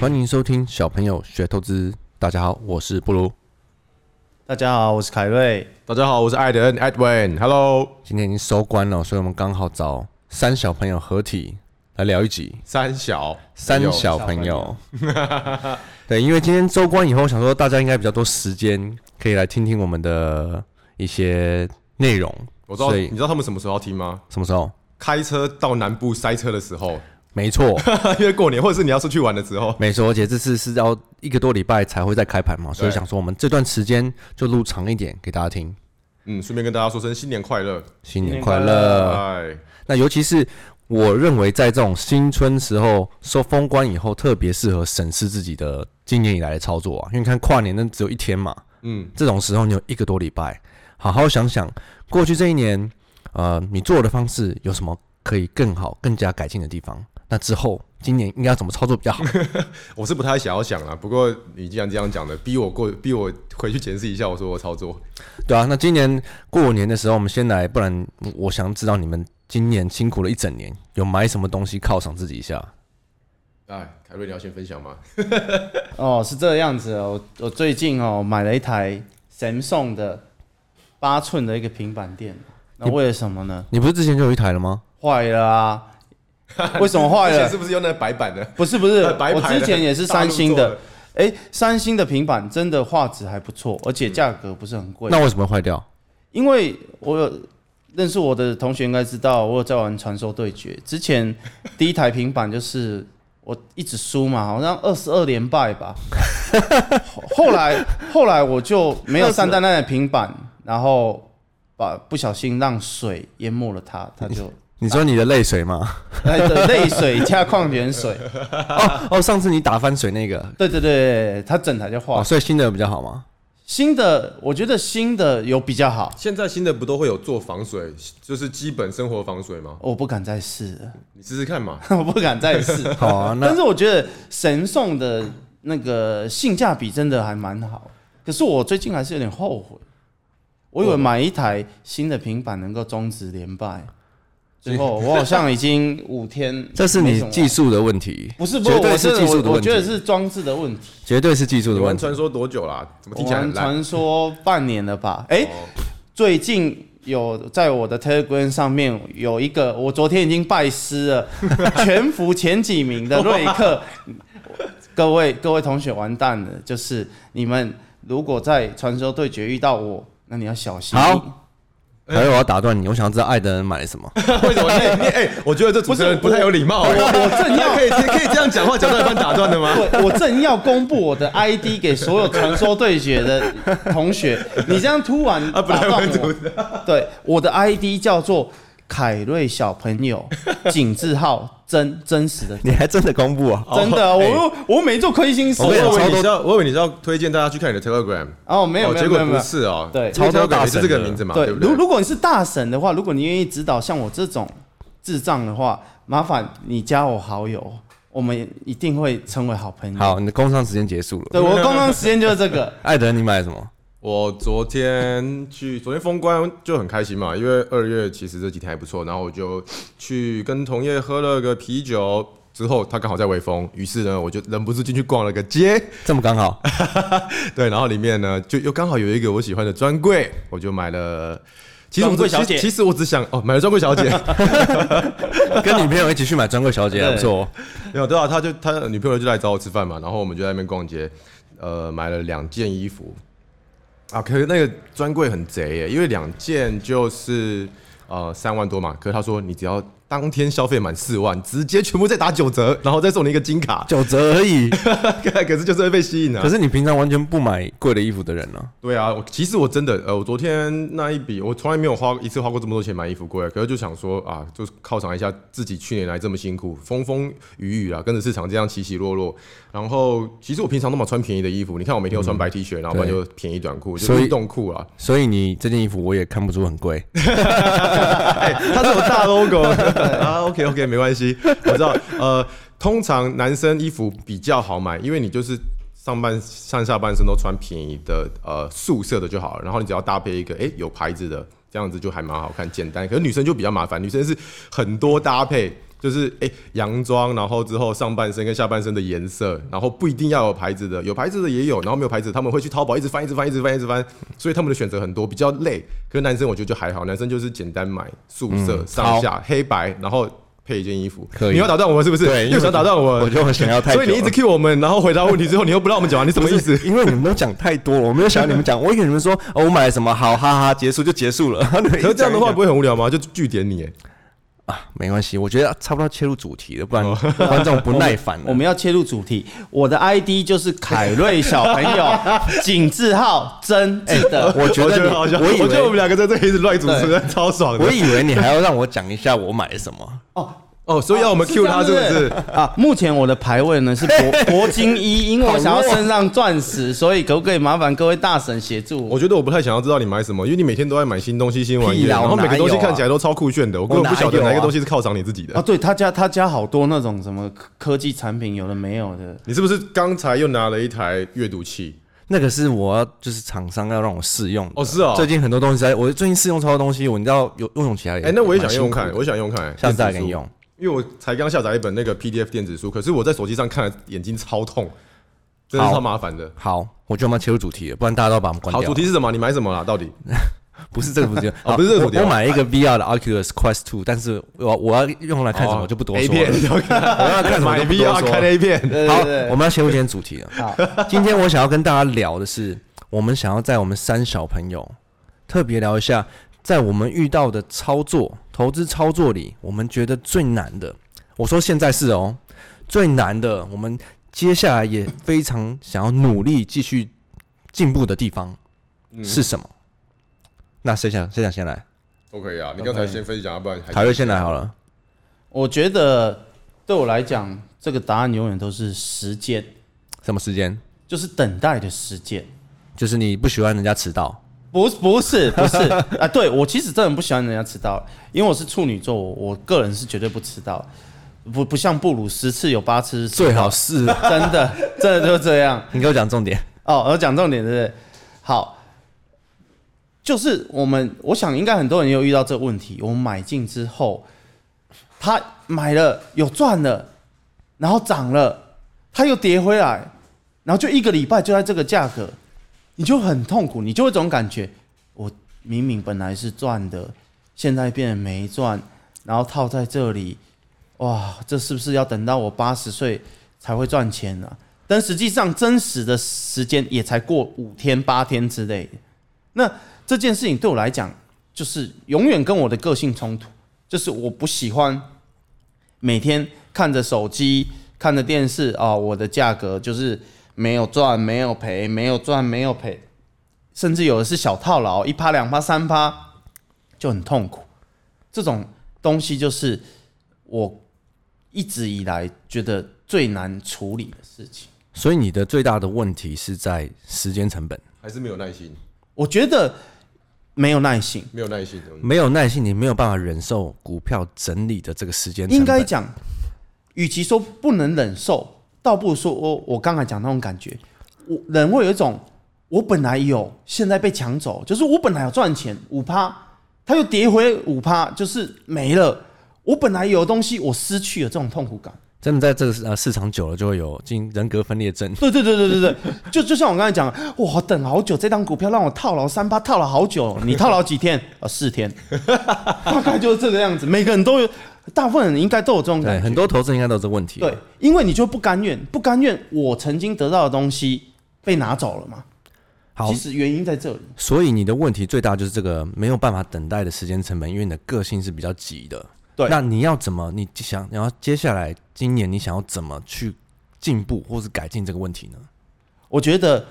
欢迎收听小朋友学投资。大家好，我是布鲁。大家好，我是凯瑞。大家好，我是艾德恩 Edwin，Hello，今天已经收官了，所以我们刚好找三小朋友合体来聊一集。三小哎三小朋友，对，因为今天收官以后，想说大家应该比较多时间可以来听听我们的一些内容。我知道，所你以知道他们什么时候要听吗？什么时候？开车到南部塞车的时候， 没错，因为过年，或者是你要出去玩的时候，没错，而且这次是要一个多礼拜才会再开盘嘛，所以对想说我们这段时间就录长一点给大家听。嗯，顺便跟大家说声新年快乐，新年年快快乐！哎，那尤其是我认为，在这种新春时候收封关以后，特别适合审视自己的今年以来的操作啊。因为你看跨年那只有一天嘛，嗯，这种时候你有一个多礼拜，好好想想过去这一年，呃，你做的方式有什么可以更好、更加改进的地方？那之后今年应该要怎么操作比较好？我是不太想要讲啦，不过你既然这样讲的，逼我过，逼我回去检视一下我说我操作，对啊，那今年过年的时候，我们先来，不然我想知道你们今年辛苦了一整年，有买什么东西犒赏自己一下？哎，凯瑞你要先分享吗？哦，是这个样子哦。我我最近哦买了一台 Samsung 的八寸的一个平板电脑，那为了什么呢？你不是之前就有一台了吗？坏了啊！ 为什么坏之前了 是？不是用那白板的？不是不 是，呃白我牌的之前也是三星大的陆做。哎、三星的平板真的画质还不错，而且价格不是很贵。那为什么会坏掉？因为我有认识我的同学应该知道，我有在玩《传说对决》。之前第一台平板就是我一直输嘛，好像二十二连败吧。后后来后来我就没有善待那台平板，然后把不小心让水淹没了它，它就你说你的泪水吗？哎对泪水加矿泉水，哦 哦，上次你打翻水那个，对对对，它整台就坏哦，了。所以新的比较好 吗？新的我觉得新的有比较好，现在新的不都会有做防水，就是基本生活防水吗？我不敢再试了， 你试试看嘛。我不敢再试。好啊，但那，是我觉得神送的那个性价比真的还蛮好，可是我最近还是有点后悔，我以为买一台新的平板能够终止连败，最后我好像已经五天这是没你什么技术的问题，不是不是绝对我是技啊术的我问我觉得题，是装置的问题。绝对是技术你的问玩题。传说多久啦？怎么我听起来们很烂？传说半年了吧？哎、哦最近有在我的 Telegram 上面有一个，我昨天已经拜师 了，全服前几名的瑞克。各位各位同学完蛋了，就是你们如果在传说对决遇到我，那你要小心。好，还有我要打断你，我想知道艾德人买了什么。 为什么？哎、你哎、我觉得这主持人不太有礼貌、我哎我正要可以可以这样讲话讲到一半打断的吗？对，我正要公布我的 ID 给所有传说对决的同学，你这样突然啊，不打太断会主我，持。对，我的 ID 叫做凯瑞小朋 友，井字号真真实的 你还真的公布啊？真的，哦我哎又我没做亏心事我跟你讲哦以超为多你是要，我以为你是要推荐大家去看你的 Telegram，哦，没有哦没结有果没有没不有，是哦，对超超多大大是神这个的名字嘛，对，对不对如？如果你是大神的话，如果你愿意指导像我这种智障的话，麻烦你加我好友，我们一定会成为好朋友。， 好，你的工商时间结束了。对我刚刚时间就是这 个艾德，你买了什么？我昨天去，昨天封关就很开心嘛，因为二月其实这几天还不错，然后我就去跟同业喝了个啤酒，之后他刚好在微风，于是呢我就忍不住进去逛了个街，这么刚 好，对，然后里面呢，就又刚好有一个我喜欢的专柜，我就买了。其实我专柜小姐其其实我只想哦，买了专柜小姐， 跟女朋友一起去买专柜小姐，对还不错哦。没有对啊，他就他女朋友就来找我吃饭嘛，然后我们就在那边逛街，呃，买了两件衣服。啊，可是那个专柜很贼耶，因为两件就是呃三万多嘛，可是他说你只要当天消费满四万，直接全部再打九折，然后再送你一个金卡， 九折而已，可是就是会被吸引啊可。是你平常完全不买贵的衣服的人呢？对啊，我其实我真的，呃，我昨天那一笔，我从来没有花一次花过这么多钱买衣服过，可是就想说啊，就是犒赏一下自己去年来这么辛苦，风风雨雨啊，跟着市场这样起起落落。然后其实我平常都蛮穿便宜的衣服，你看我每天都穿白 T 恤，然后不然就便宜短裤，就嗯所以运动裤啊，所以你这件衣服我也看不出很贵。哎，它是有大 logo 的啊。OK OK，没关系，我知道。呃，通常男生衣服比较好买，因为你就是上半上下半身都穿便宜的呃素色的就好了，然后你只要搭配一个哎、有牌子的，这样子就还蛮好看，简单。可是女生就比较麻烦，女生是很多搭配。就是哎洋装，然后之后上半身跟下半身的颜色，然后不一定要有牌子的，有牌子的也有，然后没有牌子他们会去淘宝一直翻，一直翻，一直翻，一直翻，所以他们的选择很多，比较累。可是男生我觉得就还好，男生就是简单买素色、上下黑白，然后配一件衣服。可以你要打断我们是不是？对因为又想打断我们，我就想要太久所了以你一直 cue 我们，然后回答问题之后，你又不让我们讲完，你什么意思？因为你们都讲太多了，我没有想要你们讲，我以为你们说哦，我买了什么，好，哈哈，结束就结束了。 可可是这样的话不会很无聊吗？就据点你，哎啊，没关系，我觉得差不多切入主题了，不 哦然观众不耐烦了。我们要切入主题，我的 ID 就是凯瑞小朋 友，井字号真记得。我觉得你啊好笑，我以哎我觉得我们为两个在这里一直乱主持人，超爽的我。以为你还要让我讲一下我买了什 么，哦，哦，所以要我们 Q 他是不是？啊？目前我的排位 呢是铂铂金一，因为我想要身上钻石，所以可不可以麻烦各位大神协助我我？觉得我不太想要知道你买什么，因为你每天都在买新东西、新玩意，屁啦然后每我哪个有东西啊看起来都超酷炫的，我根本不晓我得哪有啊哪一个东西是犒赏你自己啊，的。对他家他家好多那种什么科科技产品，有的没有的。你是不是刚才又拿了一台阅读器？那个是我要就是厂商要让我试用的哦是哦最近很多东西在，我最近试用超多东西，我你知道有用用起来也哎，那我也想蛮辛用苦看，的，我想用看，下次再给电子你书。用。因为我才刚下载一本那个 PDF 电子书，可是我在手机上看了，眼睛超痛，真的是好超麻烦的。好，我就要切入主题了，不然大家都要把我们关好，掉。主题是什么？你买什么啦？到底？不是这个主题， 哦不是这个主题我哦我买了一个 VR 的 Oculus Quest Two，但是我我要用来看什么就不多哦 A 说片了。，我要看什么买就不多 VR 说看了。 A 片。对好对对，我们要切入今天主题了。好，今天我想要跟大家聊的是，我们想要在我们三小朋友特别聊一下，在我们遇到的操作、投资操作里，我们觉得最难的，我说现在是哦，最难的，我们接下来也非常想要努力继续进步的地方嗯是什么？那谁想谁想先来？都可以啊，你刚才先分享，要不然还凯瑞先来好了。我觉得对我来讲，这个答案永远都是时间，什么时间？就是等待的时间。就是你不喜欢人家迟到，不是不 是不是啊！对我其实真的不喜欢人家迟到，因为我是处女座，我我个人是绝对不迟到，不不像布鲁十次有八次是迟最好到， 是真的真的就这样。你给我讲重点。哦，我讲重点对不对？好，就是我们，我想应该很多人也有遇到这个问题。我们买进之后，他买了有赚了，然后涨了，它又跌回来，然后就一个礼拜就在这个价格，你就很痛苦，你就会这种感觉：我明明本来是赚的，现在变得没赚，然后套在这里，哇，这是不是要等到我八十岁才会赚钱啊呢、但实际上真实的时间也才过五天八天之类的。那这件事情对我来讲，就是永远跟我的个性冲突，就是我不喜欢每天看着手机、看着电视啊、我的价格就是没有赚、没有赔、没有赚、没有赔，甚至有的是小套牢，一趴、两趴、三趴，就很痛苦。这种东西就是我一直以来觉得最难处理的事情。所以你的最大的问题是在时间成本，还是没有耐心，我觉得没有耐心，没有耐心的。没有耐心，你没有办法忍受股票整理的这个时间成本。应该讲，与其说不能忍受，倒不如说我我刚才讲那种感觉，我人会有一种我本来有，现在被抢走，就是我本来有赚钱五趴，它又跌回五趴，就是没了。我本来有的东西，我失去了这种痛苦感。真的在这个呃市场久了，就会有进人格分裂症。 对对对对对对，就就像我刚才讲，哇，等好久，这张股票让我套牢三八，套牢好久。你套牢几天？啊、四天， 大概就是这个样子。每个人都有，大部分人应该都有这种感对，觉。很多投资人应该都有这个问题。对，，因为你就不甘愿，不甘愿我曾经得到的东西被拿走了嘛。好其，实原因在这里。所以你的问题最大就是这个没有办法等待的时间成本，因为你的个性是比较急的。对那你要怎么？你想，然后接下来今年你想要怎么去进步或是改进这个问题呢？我觉得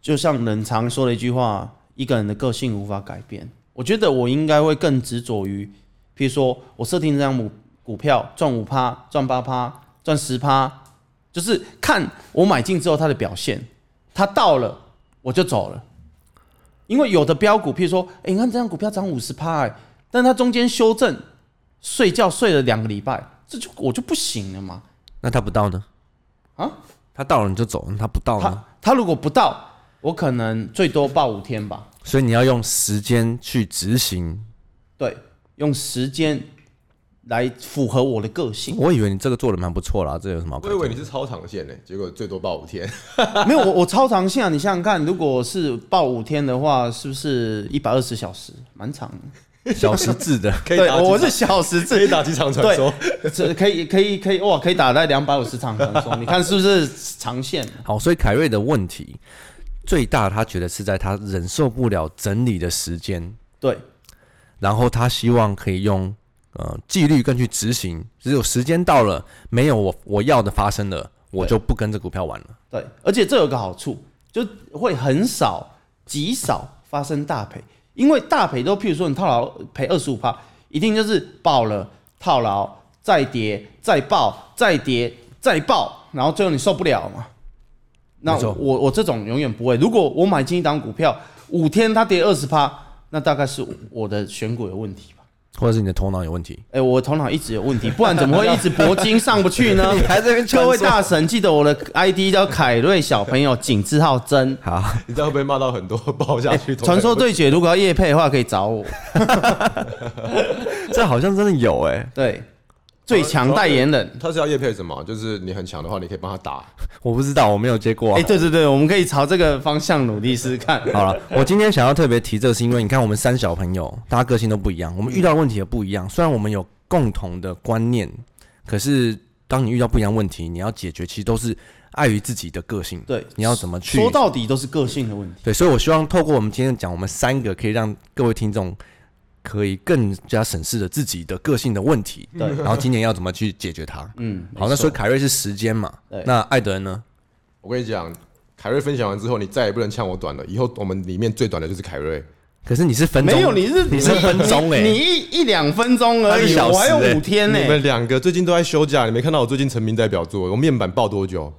就像人常说的一句话，一个人的个性无法改变。我觉得我应该会更执着于，譬如说我设定这张股股票赚五趴、赚八趴、赚十趴，就是看我买进之后它的表现，它到了我就走了。因为有的标股，譬如说，哎、你看这张股票涨五十趴，哎、但它中间修正，睡觉睡了两个礼拜，这就我就不行了嘛。那他不到呢？啊，他到了你就走，那他不到呢他？他如果不到，我可能最多报五天吧。所以你要用时间去执行对，用时间来符合我的个性。我以为你这个做的蛮不错啦，这有什么好我看以的？为你是超长线呢、结果最多报五 天。没有我我超长线、啊，你想想看，如果是报五天的话，是不是一百二十小时？蛮长的。小时制的， 可以对，打几我是场小时制可以打几场传说， 这可以可以可以哇，可以打在两百五十场传说，你看是不是长线？好，所以凯瑞的问题最大，他觉得是在他忍受不了整理的时间，对然后他希望可以用呃纪律更去执行，只有时间到了，没有我我要的发生了，我就不跟这股票玩了。对，而且这有个好处，就会很少极少发生大赔，因为大赔都譬如说你套牢赔二十五趴，一定就是爆了套牢，再跌再爆再跌再爆，然后最后你受不了嘛。那没错我我这种永远不会。如果我买进一档股票，五天它跌二十趴，那大概是我的选股有问题吧。或者是你的头脑有问题，哎、我头脑一直有问题，不然怎么会一直铂金上不去 呢？还在那边各位大神，记得我的 ID 叫凯瑞小朋友井字号真。 哎好，你这样会被骂到很多报哎 下去。传说对决如果要夜配的话，可以找我。这好像真的有哎、 对，最强代言人。他是要叶配什么？就是你很强的话，你可以帮他打。我不知道，我没有接过、啊。哎、对对对，我们可以朝这个方向努力试试看。 好了，我今天想要特别提这个，是因为你看我们三小朋友，大家个性都不一样，我们遇到的问题也不一样。虽然我们有共同的观念，可是当你遇到不一样问题，你要解决，其实都是碍于自己的个性。对你要怎么去？说到底都是个性的问题。对，所以我希望透过我们今天讲，我们三个可以让各位听众可以更加审视着自己的个性的问题，对然后今年要怎么去解决 它。嗯，好，那所以凯瑞是时间嘛对，那艾德恩呢？我跟你讲，凯瑞分享完之后，你再也不能呛我短了。以后我们里面最短的就是凯瑞。可是你是分钟，没有，你是你是分钟哎、你你一一两分钟而他是已，小时我还欸有五天哎呢、你们两个最近都在休假，你没看到我最近成名代表作？我面板报多久？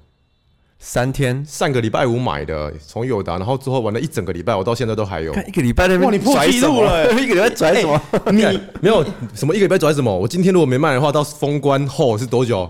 三天，上个礼拜五买的，从友达，然后之后玩了一整个礼拜，我到现在都还有。看一个礼拜在那边哇你破拽纪什录么了 一个礼拜拽什么？你干没有什么一个礼拜拽什么？我今天如果没卖的话，到封关后是多久？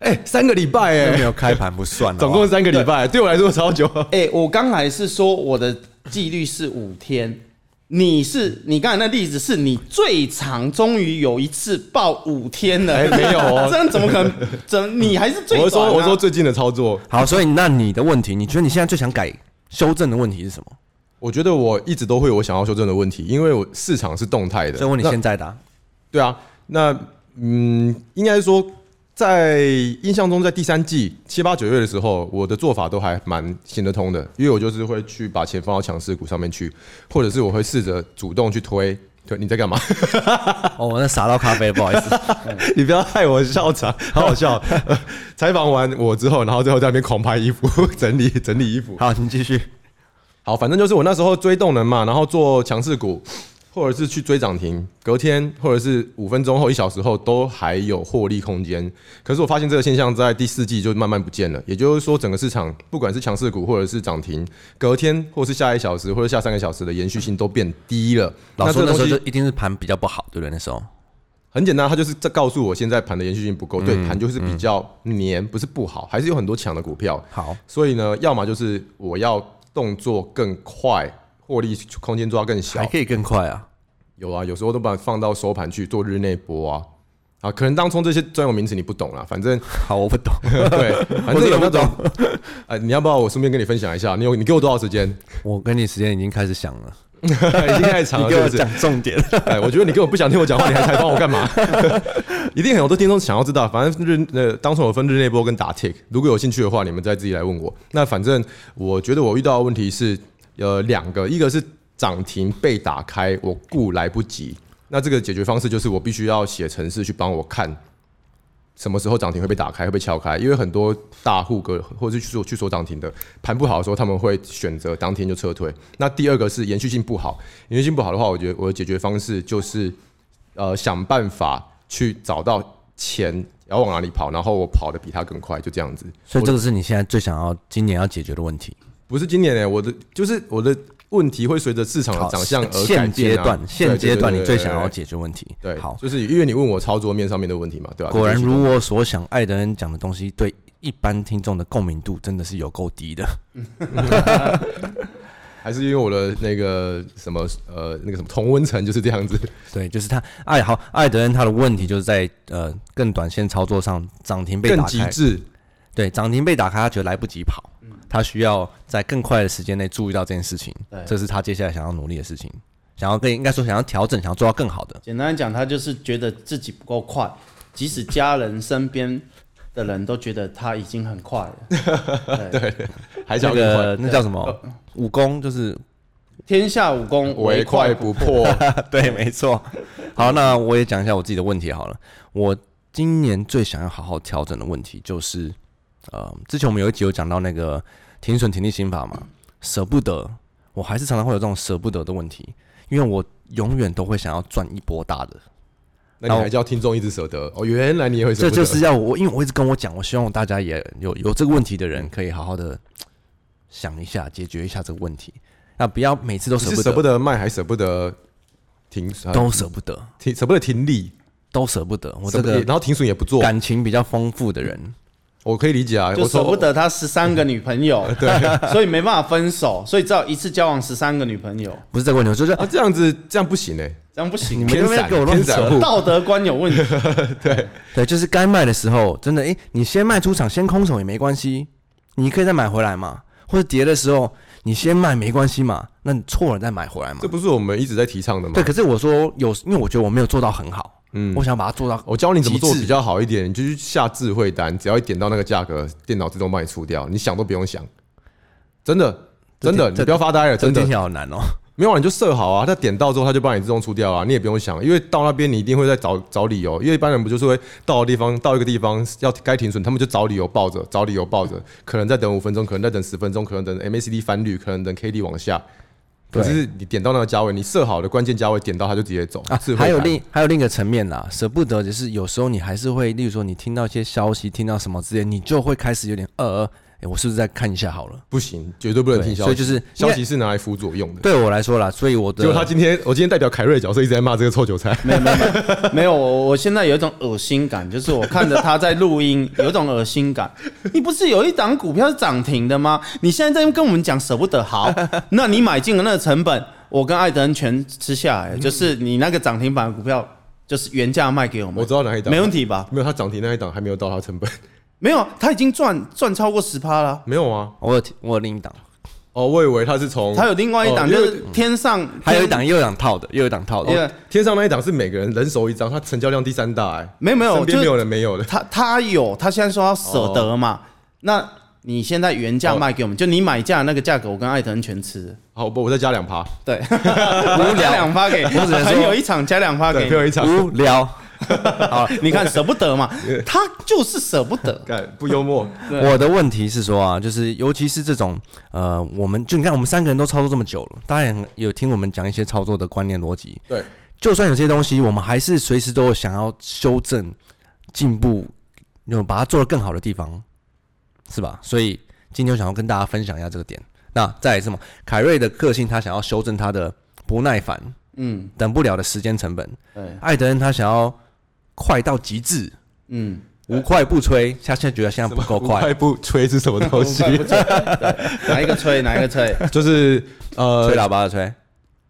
哎、三个礼拜 哎、没有开盘不算，总共三个礼拜，对我来说超久。哎、我刚才是说我的纪律是五天，你是你刚才那例子是你最长，终于有一次报五天了，哎没有哦 这样怎么可能？怎你还是最我是短、啊？说，我是说最近的操作，好，所以那你的问题，你觉得你现在最想改修正的问题是什么？我觉得我一直都会有我想要修正的问题，因为我市场是动态的。所以问你那现在答，对啊，那嗯，应该说在印象中，在第三季七八九月的时候，我的做法都还蛮行得通的，因为我就是会去把钱放到强势股上面去，或者是我会试着主动去推。推你在干嘛？ 哦，我那傻到咖啡，不好意思，你不要害我笑场，好好笑。 呃采访完我之后，然后最后在那边狂拍衣服， 整理整理衣服。好，你继续。好，反正就是我那时候追动能嘛，然后做强势股，或者是去追涨停，隔天或者是五分钟后、一小时后都还有获利空间。可是我发现这个现象在第四季就慢慢不见了，也就是说，整个市场不管是强势股或者是涨停，隔天或是下一小时或者下三个小时的延续性都变低了。老师这个那时东候西就一定是盘比较不好，对不对？那时候很简单，它就是在告诉我现在盘的延续性不够，嗯对盘就是比较黏，不是不好，还是有很多强的股票。好，所以呢，要么就是我要动作更快，获利空间抓更小还，可以更快啊。有啊，有时候都把它放到收盘去做日内波啊。啊，可能当冲这些专有名词你不懂啦，反正 好，我不懂，对，反正有那我真的不种懂， 呃，你要不要我顺便跟你分享一下？你有你给我多少 时间？哎我跟你时间已经开始想了，已经太长你了，给是我不是？讲重点。哎，我觉得你根本不想听我讲话，你还采访我干嘛？ 一定很多听众想要知道，反正日呃，当初我分日内波跟打 tick，如果有兴趣的话，你们再自己来问我。那反正我觉得我遇到的问题是，呃，两个，一个是涨停被打开，我顾来不及。那这个解决方式就是我必须要写程式去帮我看。什么时候涨停会被打开，会被敲开？因为很多大户跟或者是去锁去锁涨停的，盘不好的时候，他们会选择当天就撤退。那第二个是延续性不好，延续性不好的话，我觉得我的解决方式就是，呃，想办法去找到钱要往哪里跑，然后我跑得比他更快，就这样子。所以这个是你现在最想要今年要解决的问题。不是今年诶、欸我的就是我的问题会随着市场的好，长相而改现阶变、啊。段，现阶段对你对对最对想要对解决问题。对，好，就是因为你问我操作面上面的问题嘛，对吧、啊果然这个如我所想，艾德恩讲的东西对一般听众的共鸣度真的是有够低的。还是因为我的那个什么呃那个什么同温层就是这样子，对， 就是他艾好艾德恩他的问题就是在呃更短线操作上涨停被更打极开，致。嗯对涨停被打开，他觉得来不及跑，他需要在更快的时间内注意到这件事情对，这是他接下来想要努力的事情，想要更应该说想要调整，想要做到更好的。简单来讲，他就是觉得自己不够快，即使家人身边的人都觉得他已经很快了。对，还那想更快个那叫什么武功，就是天下武功 唯唯快快不不破， 对，没错。好，那我也讲一下我自己的问题好了。我今年最想要好好调整的问题就是，呃，之前我们有一集有讲到那个停损停利心法嘛，舍不得，我还是常常会有这种舍不得的问题，因为我永远都会想要赚一波大的。那你还叫听众一直舍得哦？原来你也会舍这不得，就是要我，因为我一直跟我讲，我希望大家也有有这个问题的人，可以好好的想一下，解决一下这个问题。那不要每次都你舍是不舍得，不得卖，还舍不得停，呃都舍不得，停舍不得停利，都舍不得。我舍这不得个然后停损也不做，感情比较丰富的人，我可以理解啊，就我舍说不得他十三个女朋 友，对，所以没办法分手，所以只好一次交往十三个女朋友，不是这个问题，我就是啊，这样子这样不行哎、这样不行你啊。们这偏边散给我乱偏散扯户，道德观有问题，对，就是该卖的时候，真的，诶，你先卖出场，先空手也没关系，你可以再买回来嘛，或者跌的时候你先卖没关系嘛，那你错了再买回来嘛这。不是我们一直在提倡的吗对，？可是我说有，因为我觉得我没有做到很好，嗯我，想把它做到我教你怎么做极致比较好一点，你就去下智慧单，只要一点到那个价格，电脑自动帮你出掉，你想都不用想，真的这真的，这你不要发呆了，这真听的起来好难哦。没有啊，你就设好啊，它点到之后它就帮你自动出掉啊，你也不用想，因为到那边你一定会在找找理由，因为一般人不就是会到的地方到一个地方要该停损，他们就找理由抱着，找理由抱着，可能再等五分钟，可能再等十分钟，可能等 MACD 翻绿，可能等 KD 往下。可是你点到那个价位，你设好的关键价位点到它就直接走啊智慧， 还有盘另还有另一个层面啦，舍不得，就是有时候你还是会，例如说你听到一些消息，听到什么之类，你就会开始有点呃，呃，诶，我是不是再看一下好了？不行，绝对不能对听消息，所以就是消息是拿来辅佐用的。对我来说啦，所以我的结果他今天，我今天代表凯瑞的角色一直在骂这个臭韭菜，没有没有没有 没有，我我现在有一种恶心感，就是我看着他在录音，有一种恶心 感。你不是有一档股票是涨停的吗？你现在在那边跟我们讲舍不得， 好，那你买进的那个成本，我跟艾德恩全吃下嗯来，就是你那个涨停板的股票，就是原价卖给我我们知，道哪一档，没问题吧？没有，他涨停那一档还没有到他成本， 没有，啊他已经赚赚超过十趴了。没有啊。我有听我有另一档，哦，我以为他是从他有另外一档，哦因就为是天上还有一档又有一档套的，又有一档套的，因为天上那一档是每个人人手一张，它成交量第三大哎、没有没有，就身边没是有人没有的。 他他有，他现在说要舍得嘛，那你现在原价卖给我们，就你买价那个价格，我跟艾德恩全吃，好，不，我再加两趴，对， 无加两发给，只能说朋友一场加两发对，给朋，友一场，无聊。好，你看舍不得 嘛，他就是舍不得，干不 幽默，对我的问题是说啊，就是尤其是这种呃，我们就你看我们三个人都操作这么久了，大家也很有听我们讲一些操作的观念逻辑，对，就算有些东西我们还是随时都有想要修正、进步，有把它做得更好的地方，是吧？所以今天我想要跟大家分享一下这个点。那再来是什么？凯瑞的个性，他想要修正他的不耐烦，嗯，等不了的时间成本；对，艾德恩他想要快到极致，嗯，无快不摧。他现在觉得现在不够无快，不吹是什么 东西？不吹，对哪一个吹哪一个吹， 就是呃吹，喇叭的吹。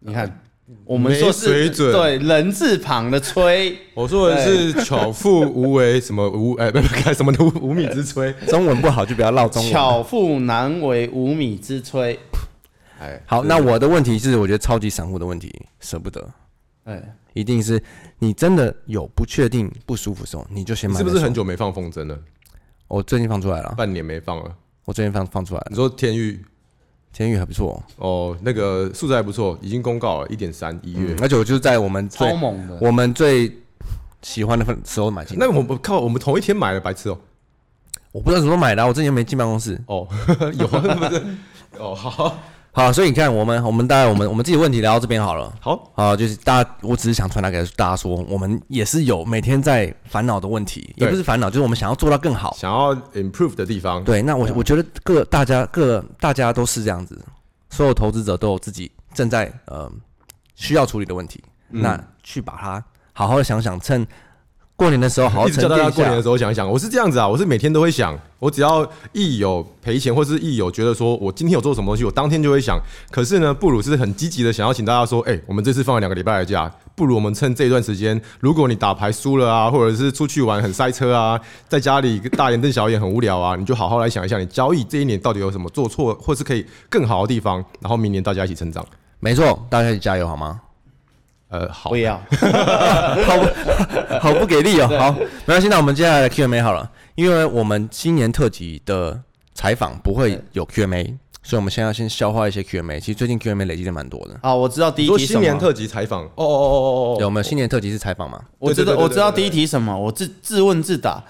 你看。我们说是没水准对人字旁的吹，我说的是巧妇无为什么无哎，不不，干什么的无无米之炊。哎中文不好就不要唠中文。巧妇难为无米之炊。哎，好，那我的问题是，我觉得超级散户的问题，舍不得，哎对，一定是你真的有不确定、不舒服的时候，你就先你买。是不是很？久啊没放风筝了？我最近放出来了，半年没放了。我最近放放出来了，你说天域天宇还不错，哦，那个素材还不错，已经公告了一点三一月嗯。而且我就是在我们超最猛的。我们最喜欢的份时候买进。那我们靠，我们同一天买了，白痴哦、 我不知道怎么买的啊，我之前没进办公室。哦，有啊不是？哦，好好，所以你看，我们我们大概我们我们自己的问题聊到这边好了。好，啊，就是大家，我只是想传达给大家说，我们也是有每天在烦恼的问题，也对不是烦恼，就是我们想要做到更好。想要 improve 的地方，对，那我我觉得各大家各大家都是这样子，所有投资者都有自己正在嗯呃需要处理的问题，那去把它好好的想想，趁过年的时候好好 一直沉叫大淀家一过年的下。时候想一想。我是这样子啊，我是每天都会想，我只要一有赔钱，或是一有觉得说我今天有做什么东西，我当天就会想。可是呢，布鲁是很积极的想要请大家说，哎、我们这次放了两个礼拜的假，不如我们趁这段时间，如果你打牌输了啊，或者是出去玩很塞车啊，在家里大眼瞪小眼很无聊啊，你就好好来想一想，你交易这一年到底有什么做错，或是可以更好的地方，然后明年大家一起成长。没错，大家一起加油好吗？呃，好不，要，好 不好不给力哦。好，没关系，那我们接下来的 Q&A 好了，因为我们新年特辑的采访不会有 Q&A，所以我们现在要先消化一些 Q&A。其实最近 Q&A 累积的蛮多的。好，我知道第你一说题什新年么，特辑采访，哦哦哦哦哦有哦，没有新年特辑是采访嘛？我知道对对对对我知道对第对一题什么，我自自问自答。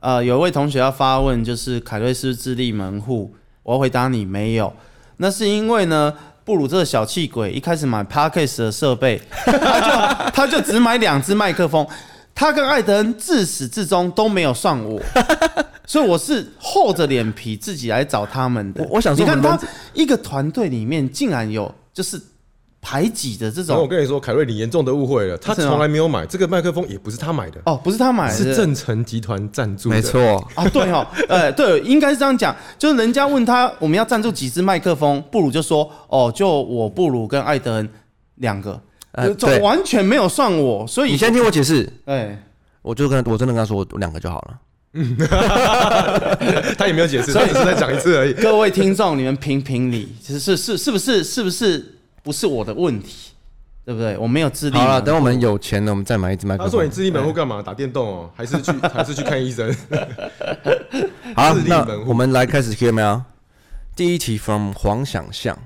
呃，有位同学要发问，就是凯瑞是不是自立门户？我要回答你没有，那是因为呢，布鲁这个小气鬼一开始买 Parkes 的设备， 他就只买两只麦克风，他跟艾德恩自始至终都没有算我，所以我是厚着脸皮自己来找他们的。我我想说你看我们他一个团队里面竟然有就是排挤的这然后种，我跟你说，凯瑞，你严重的误会了，他啊是吗从来没有买这个麦克风，也不是他买的，哦，不是他买的，是正成集团赞助的。没，错，啊，对哦，呃，对，应该是这样讲，就是人家问他我们要赞助几支麦克风，布鲁就说哦，就我布鲁跟艾德恩两个，呃，就对，完全没有算我，所以你先听我解释，哎，我就跟我真的跟他说我两个就好了。 他也没有解释，他只是在讲一次而已。 各位听众，你们评评理，是是是是不是是不是不是我的问题，对不对？我没有智力嘛，好了，等我们有钱了，我们再买一支麦他克说：“你风。自立门户干嘛？打电动哦，还是去还是去看医生好自，立那门户我们来开始 Q&A 啊。第一题 from 黄想象，？”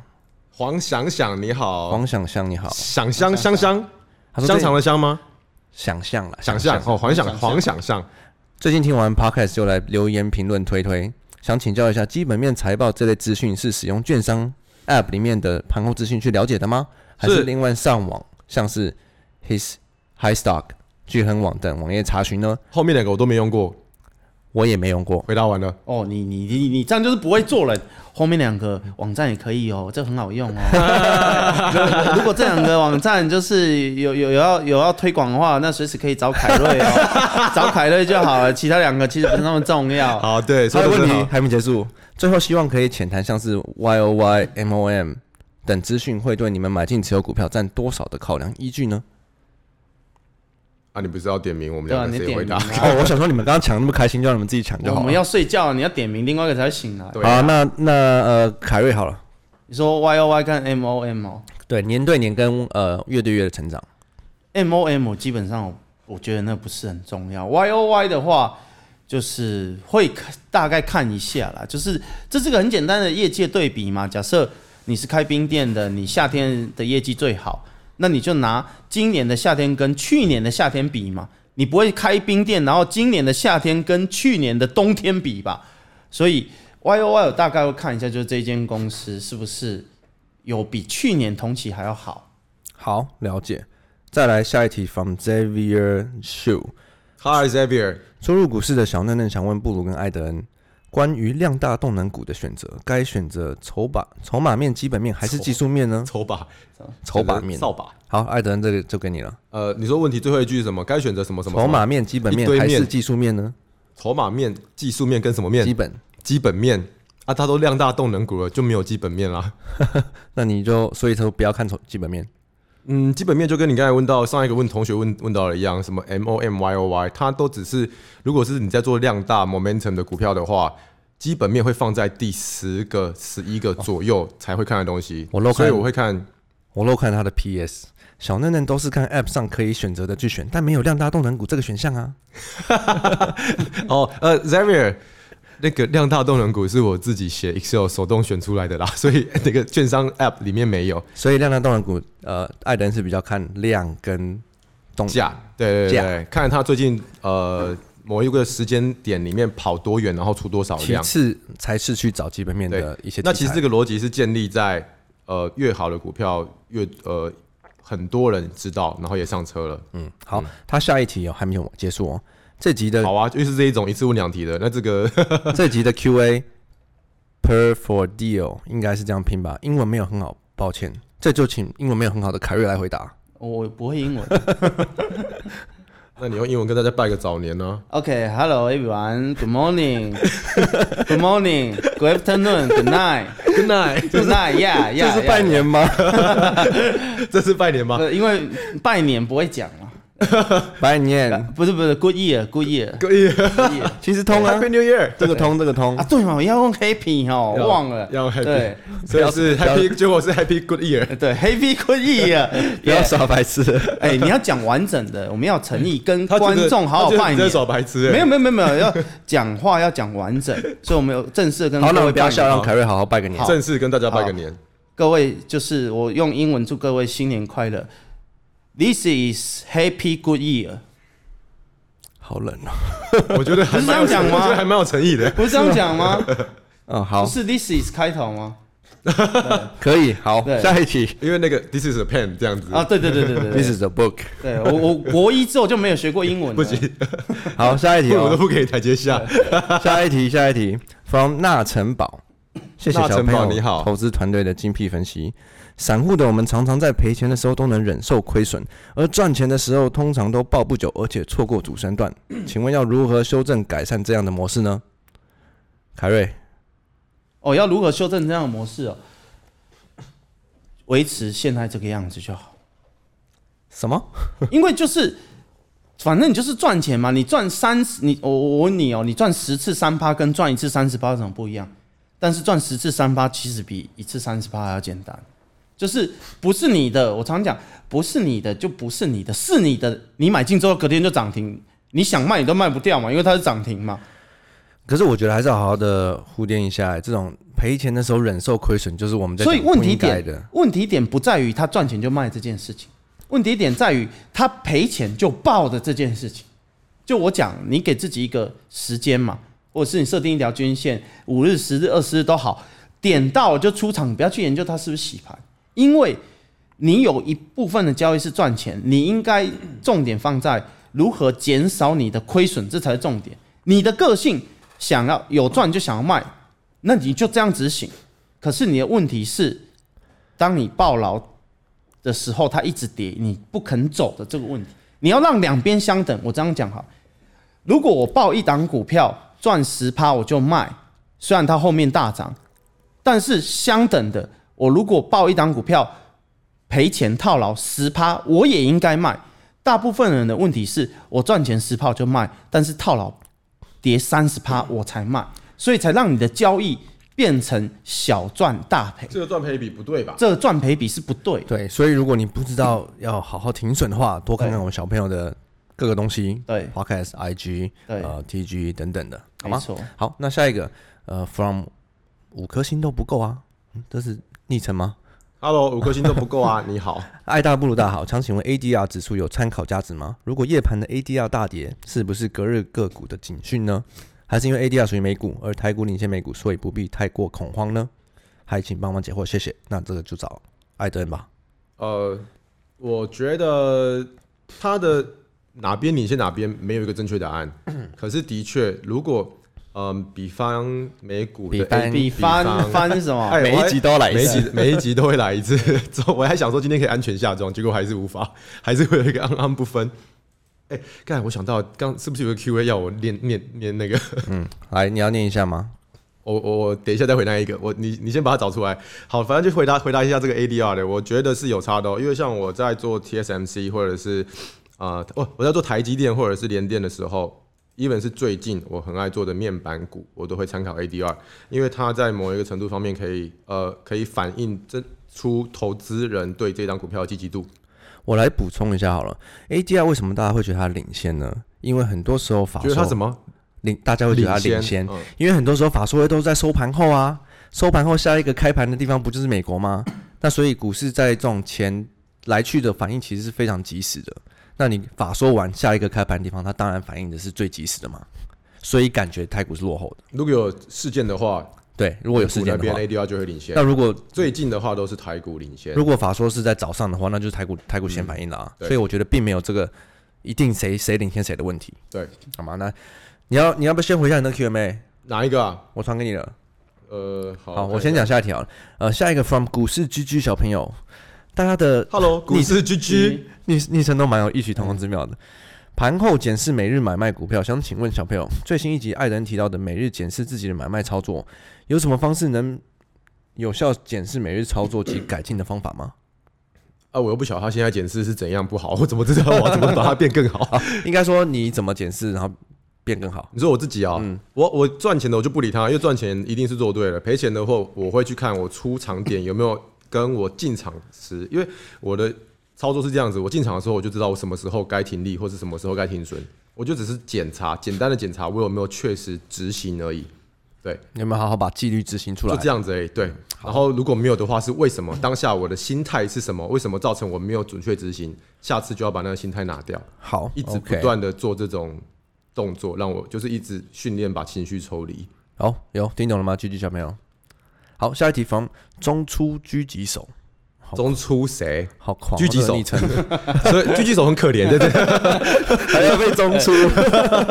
黄想想你好，黄想象你好，想香香香，他说香最肠的香吗？想象了，想象哦，黄想黄想象，最近听完 podcast 就来留言评论推推，想请教一下，基本面财报这类资讯是使用券商 app 里面的盘后资讯去了解的吗？还是是另外上网，像是 his high stock、聚亨网等网页查询呢？后面两个我都没用过。我也没用过。回答完了，哦，你你你你这样就是不会做人。后面两个网站也可以哦，这很好用 哦。如果这两个网站就是有有有要有要推广的话，那随时可以找凯瑞哦，找凯瑞就好了。其他两个其实不是那么重要。好，对，还说有的问真题好。还没结束，最后希望可以浅谈像是 Y O Y M O M 等资讯会对你们买进持有股票占多少的考量依据呢？啊，你不是要点名我们对啊，两你个谁点回名答？啊，哦，我想说你们刚刚抢那么开心，就让你们自己抢就我好们了。要睡觉，你要点名，另外一个才会醒来。对好、啊，那那呃，凯瑞好了。你说 Y O Y 跟 M O M 哦对，年对年跟呃月对月的成长， ，M O M 基本上我我觉得那不是很重要。Y O Y 的话，就是会看大概看一下啦，就是这是个很简单的业界对比嘛。假设你是开冰店的，你夏天的业绩最好，那你就拿今年的夏天跟去年的夏天比嘛。你不会开冰店，然后今年的夏天跟去年的冬天比吧？所以 Y O Y 我大概会看一下，就是这间公司是不是有比去年同期还要好。好了解。再来下一题，from Xavier Shu， Hi Xavier，初入股市的小嫩嫩想问布鲁跟艾德恩，关于量大动能股的选择，该选择筹码筹码面、基本面还是技术面呢？抽吧，筹码面。扫把。好，艾德恩这个就给你了，呃，你说问题最后一句是什么？该选择什么什么？筹码面、基本面一堆还面是技术面呢？筹码面、技术面跟什么面基？本，基本面啊，它都量大动能股了，就没有基本面啦。那你就所以说不要看筹基本面。嗯，基本面就跟你刚才问到上一个问同学问问到的一样，什么 M O M Y O Y，它都只是如果是你在做量大 momentum 的股票的话，基本面会放在第十个、十一个左右才会看的东西。哦我漏看所以我会看我漏看他的 PS，小嫩嫩都是看 App 上可以选择的去选，但没有量大动能股这个选项啊。哦，呃，Xavier。那个量大动能股是我自己写 Excel 手动选出来的啦，所以那个券商 App 里面没有所以量大动能股，呃，艾德恩是比较看量跟动价，对对对价对，看它最近呃某一个时间点里面跑多远，然后出多少其量，次才是去找基本面的一些题材。那其实这个逻辑是建立在呃越好的股票越呃很多人知道，然后也上车了。嗯，好，他下一题哦，还没有结束哦。这集的好啊，就是这一种一次问两题的。那这个 这集的 Q&A per for deal 应该是这样拼吧？英文没有很好，抱歉，这就请英文没有很好的凯瑞来回答。我不会英文，那你用英文跟大家拜个早年呢、 OK，Hello、everyone. Good morning. Good morning. Good afternoon. Good night. Good night， Good night. Yeah, yeah. 这是拜 yeah. 年吗？这是拜年吗？呃因为拜年不会讲嘛。 拜年，不是不是，Good year，Good year，Good 可以 year。其实通啊，Happy，New Year，这个通，这个通啊，。对嘛，要用 Happy 哦，要忘了。要 happy 对所以是 不要 Happy，结果是 Happy Good Year。对，Happy Good year。不要耍白痴了，哎，你要讲完整的，我们要有诚意，跟他觉观得众好好他觉得拜你年在。耍白痴、欸，没有没有没有没有，要讲话要讲完整，所以我们有正式地跟好，那嗯各我们位不要拜笑，年让凯瑞好好拜个年。正式跟大家拜个年。各位就是我用英文祝各位新年快乐。This is Happy Good Year，好冷哦。我觉得还不是这样蛮有诚讲吗我觉得还蛮有诚意的。不是这样讲吗？嗯，不 好，是 This is 开头吗？可以，好，对下一题。因为那个 This is a pen 这样子啊，对对对对对对 This is a book。对我我国一之后就没有学过英文了，不行，好，下 一题我都哦，不给你台阶下。 下一题，下一题。From 纳城堡，谢谢纳小城朋堡友你好投资团队的精辟分析。散户的我们常常在赔钱的时候都能忍受亏损，而赚钱的时候通常都抱不久，而且错过主升段。请问要如何修正改善这样的模式呢？凯瑞，哦，要如何修正这样的模式哦？维持现在这个样子就好，什么？因为就是反正你就是赚钱嘛，你赚三十，你我我问你哦，你赚十次三趴跟赚一次三十趴怎么不一样？但是赚十次三趴其实比一次三十趴还要简单，就是不是你的，我常讲不是你的就不是你的，是你的，你买进之后隔天就涨停，你想卖你都卖不掉嘛，因为它是涨停嘛。可是我觉得还是要好好的铺垫一下，哎这种赔钱的时候忍受亏损，就是我们在所以讲不问题应该点的。问题点不在于他赚钱就卖这件事情，问题点在于他赔钱就爆的这件事情。就我讲，你给自己一个时间嘛，或者是你设定一条均线，五日、十日、二十日都好，点到了就出场，不要去研究它是不是洗盘，因为你有一部分的交易是赚钱，你应该重点放在如何减少你的亏损，这才是重点。你的个性想要有赚就想要卖，那你就这样执行。可是你的问题是，当你抱牢的时候，它一直跌，你不肯走的这个问题，你要让两边相等。我这样讲哈，如果我抱一档股票赚十趴我就卖，虽然它后面大涨，但是相等的，我如果抱一档股票赔钱套牢十趴，我也应该卖。大部分人的问题是我赚钱十趴就卖，但是套牢跌三十趴我才卖，所以才让你的交易变成小赚大赔。这个赚赔比不对吧？这个赚赔比是不对的。对，所以如果你不知道要好好停损的话，多看看对我们小朋友的各个东西，对，Podcast、IG、对呃 TG 等等的，好没吗？错，好，那下一个，呃，From 五颗星都不够啊，嗯这是昵称吗？ Hello，五颗星都不够啊！你好，爱大不如大好，想请问 ADR 指数有参考价值吗？如果夜盘的 ADR 大跌，是不是隔日个股的警讯呢？还是因为 ADR 属于美股，而台股领先美股，所以不必太过恐慌呢？还请帮忙解惑，谢谢。那这个就找艾登吧。呃，我觉得他的哪边领先哪边没有一个正确答 案，可是的确，如果嗯、比方美股的比方 A- 比翻翻是什么？哎每一集都要来一每一次 集每一集都会来一次。 之后我还想说今天可以安全下庄，结果还是无法， 还是会有一个肮肮不分。哎、刚才我想到，刚是不是有个 Q&A 要我念念念那个？来，你要念一下吗？我我我等一下再回那一个，我你你先把它找出来。好，反正就回答回答一下这个 ADR 的，我觉得是有差的、哦，因为像我在做 TSMC 或者是啊，我、我在做台积电或者是联电的时候，even 是最近我很爱做的面板股，我都会参考 ADR，因为它在某一个程度方面可以呃可以反映这出投资人对这张股票的积极度。我来补充一下好了，ADR 为什么大家会觉得它领先呢？因为很多时候法觉得它说什么领，大家会觉得它领先，嗯因为很多时候法说会都在收盘后啊，收盘后下一个开盘的地方不就是美国吗？那所以股市在这种前来去的反应其实是非常及时的。那你法说完下一个开盘的地方，它当然反映的是最及时的嘛，所以感觉台股是落后的。如果有事件的话，对，如果有事美件股的那话，边 ADR 就会领先那。如果最近的话都是台股领先。如果法说是在早上的话，那就是台股台股先反应了啊，嗯对所以我觉得并没有这个一定谁谁领先谁的问题，对，好吗？那你要你要不要先回一下你的 Q&A？哪一个啊？我传给你了。呃，好，好，我看一先下讲下一条了。呃，下一个 from 股市 GG 小朋友，大家的 Hello，股市 GG，嗯昵昵称都蛮有异曲同工之妙的。盘后检视每日买卖股票，想请问小朋友，最新一集艾登提到的每日检视自己的买卖操作，有什么方式能有效检视每日操作及改进的方法吗？啊，我又不晓得他现在检视是怎样不好，我怎么知道 我要怎么把它变更好？应该说你怎么检视，然后变更好。你说我自己啊，嗯我我赚钱的我就不理他，因为赚钱一定是做对了，赔钱的话我会去看我出场点有没有跟我进场时，因为我的操作是这样子，我进场的时候我就知道我什么时候该停利或是什么时候该停损，我就只是检查简单的检查我有没有确实执行而已。对，你有没有好好把纪律执行出来？就这样子而已。对，然后如果没有的话，是为什么？当下我的心态是什么？为什么造成我没有准确执行？下次就要把那个心态拿掉，好，一直不 OK 断的做这种动作，让我就是一直训练把情绪抽离。好，有听懂了吗？狙击小朋友。好，下一题防中出狙击手，好中出谁？好狂哦狙击手这个昵称， 所以狙击手很可怜，对不 对？还要被中出。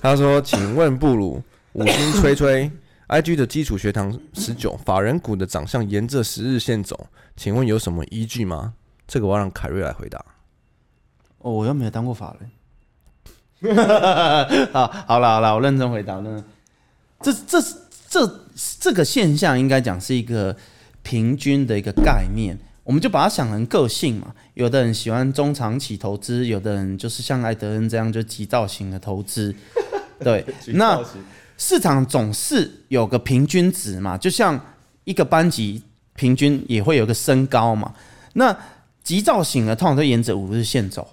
他说：“请问布鲁五星吹吹，IG 的基础学堂十九法人股的长相沿着十日线走，请问有什么依据吗？”这个我要让凯瑞来回答。哦，我又没有当过法人。 好，好了好了，我认真回答，认真。这这这这个现象应该讲是一个平均的一个概念，我们就把它想成个性嘛。有的人喜欢中长期投资，有的人就是像艾德恩这样就急躁型的投资。 对，那市场总是有个平均值嘛，就像一个班级平均也会有个身高嘛。那急躁型的通常都沿着五日线走，